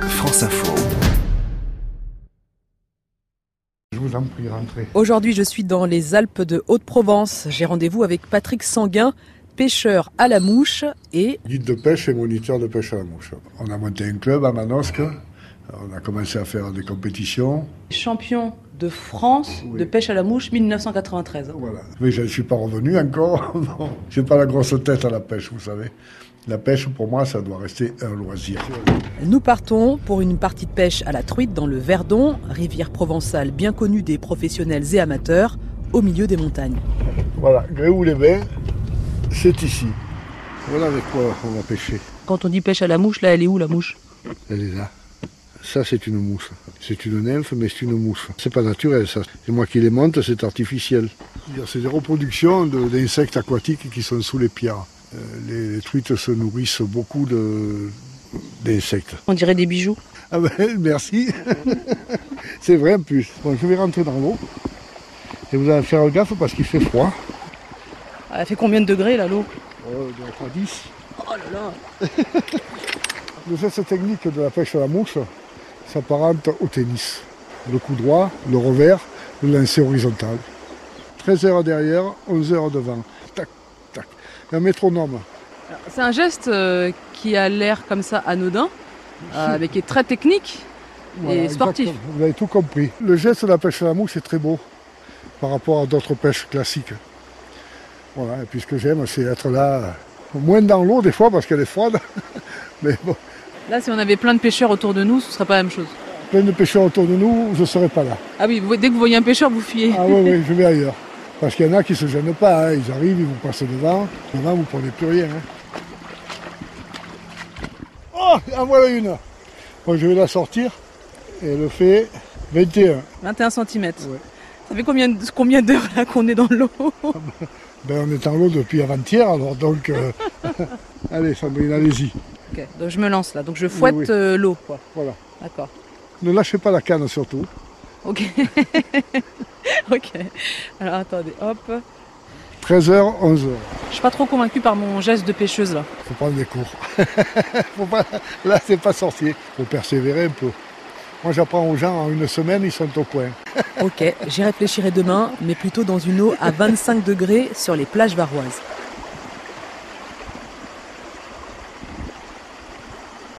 Mars Info. Je vous en prie, rentrez. Aujourd'hui, je suis dans les Alpes de Haute-Provence. J'ai rendez-vous avec Patrick Sanguin, pêcheur à la mouche et Guide de pêche et moniteur de pêche à la mouche. On a monté un club à Manosque. On a commencé à faire des compétitions. champion de France Oui. de pêche à la mouche 1993. Voilà. Mais je ne suis pas revenu encore. Non. J'ai pas la grosse tête à la pêche, vous savez. La pêche, pour moi, ça doit rester un loisir. Nous partons pour une partie de pêche à la truite dans le Verdon, rivière provençale bien connue des professionnels et amateurs, au milieu des montagnes. Voilà, Gréoux-les-Bains, c'est ici. Voilà avec quoi on va pêcher. Quand on dit pêche à la mouche, là, elle est où la mouche Elle est là. Ça, c'est une mousse. C'est une nymphe, mais c'est une mousse. C'est pas naturel, ça. C'est moi qui les monte, c'est artificiel. C'est des reproductions de- d'insectes aquatiques qui sont sous les pierres. Euh, les, les truites se nourrissent beaucoup de- d'insectes. On dirait des bijoux. Ah ben, merci. c'est vrai en plus. Bon, je vais rentrer dans l'eau. Et vous allez faire gaffe parce qu'il fait froid. Elle fait combien de degrés là l'eau Euh, il doit être à 10. Oh là là Le geste technique de la pêche à la mouche s'apparente au tennis. Le coup droit, le revers, le lancer horizontal. 13 heures derrière, 11 heures devant. Tac, tac. Un métronome. C'est un geste euh, qui a l'air comme ça anodin, euh, mais qui est très technique. Et sportif. exactement. Vous avez tout compris. Le geste de la pêche à la mouche est très beau par rapport à d'autres pêches classiques. Voilà, et puis ce que j'aime, c'est être là, euh, moins dans l'eau des fois parce qu'elle est froide. Mais bon, Là, si on avait plein de pêcheurs autour de nous, ce serait pas la même chose. plein de pêcheurs autour de nous, je ne serais pas là. Ah oui, vous- dès que vous voyez un pêcheur, vous fuyez. Ah oui, oui, je vais ailleurs. Parce qu'il y en a qui se gênent pas, hein. ils arrivent, ils vous passent devant, devant vous prenez plus rien. hein. Oh, en voilà une Moi je vais la sortir, et elle fait 21. 21 cm. Ouais. Ça fait combien, de- combien d'heures là qu'on est dans l'eau Ben on est en l'eau depuis avant-hier, alors donc... euh, allez Sandrine, allez-y. Ok, donc je me lance là, donc je fouette Oui, oui. euh, l'eau quoi. Voilà. D'accord. Ne lâchez pas la canne surtout. Ok. ok. Alors attendez, hop. 13h, 11h. Je suis pas trop convaincue par mon geste de pêcheuse là. Faut prendre des cours. Faut pas... Là c'est pas sorcier. Faut persévérer un peu. Moi j'apprends aux gens en une semaine, ils sont au point. Ok, j'y réfléchirai demain, mais plutôt dans une eau à 25 degrés sur les plages varoises.